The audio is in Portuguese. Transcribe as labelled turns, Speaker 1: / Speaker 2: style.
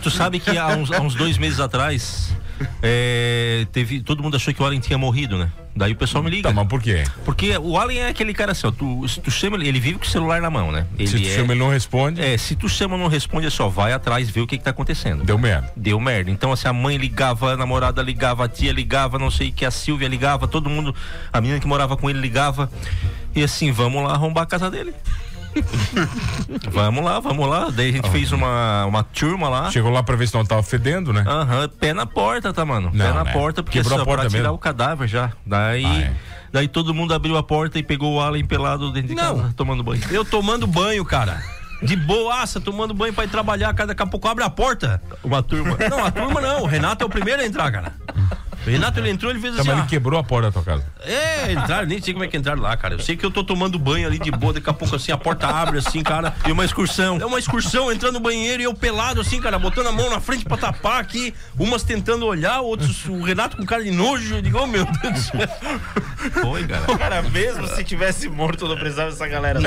Speaker 1: Tu sabe que há uns, há uns dois meses atrás, é, teve, todo mundo achou que o Allen tinha morrido, né? Daí o pessoal me liga.
Speaker 2: Tá, mas por quê?
Speaker 1: Porque o Allen é aquele cara assim, ó, tu, se tu chama ele, ele vive com o celular na mão, né? Ele
Speaker 2: Se tu
Speaker 1: é,
Speaker 2: chama, ele não responde.
Speaker 1: é, se tu chama não responde, é só vai atrás ver o que, que tá acontecendo.
Speaker 2: Deu merda.
Speaker 1: Deu merda. Então, assim, a mãe ligava, a namorada ligava, a tia ligava, não sei o que, a Silvia ligava, todo mundo, a menina que morava com ele ligava. E assim, vamos lá arrombar a casa dele. vamos lá, vamos lá. Daí a gente
Speaker 2: Ah.
Speaker 1: fez uma, uma turma lá.
Speaker 2: Chegou lá pra ver se não tava fedendo, né?
Speaker 1: Aham, pé na porta, tá, mano?
Speaker 2: Não,
Speaker 1: pé na
Speaker 2: né?
Speaker 1: porta, porque
Speaker 2: Quebrou a
Speaker 1: só
Speaker 2: porta
Speaker 1: pra tirar
Speaker 2: mesmo?
Speaker 1: o cadáver já. Daí.
Speaker 2: Ah, é.
Speaker 1: Daí todo mundo abriu a porta e pegou o Allen pelado dentro de
Speaker 3: Não.
Speaker 1: casa, tomando banho.
Speaker 3: Eu tomando banho, cara. De boaça, tomando banho pra ir trabalhar, cara, daqui a pouco abre a porta.
Speaker 1: Uma turma.
Speaker 3: Não, a turma não. O Renato é o primeiro a entrar, cara. O Renato, ele entrou, ele fez assim,
Speaker 2: Tá, mas
Speaker 3: ó.
Speaker 2: ele quebrou a porta da tua casa.
Speaker 3: É, entraram, nem sei como é que entraram lá, cara. Eu sei que eu tô tomando banho ali de boa, daqui a pouco assim, a porta abre assim, cara.
Speaker 1: E uma excursão.
Speaker 3: É uma excursão, entrando no banheiro e eu pelado assim, cara, botando a mão na frente pra tapar aqui, umas tentando olhar, outros, o Renato com cara de nojo, eu digo, oh, meu Deus do céu.
Speaker 1: Foi, cara.
Speaker 4: Cara, mesmo se tivesse morto, eu não precisava dessa galera.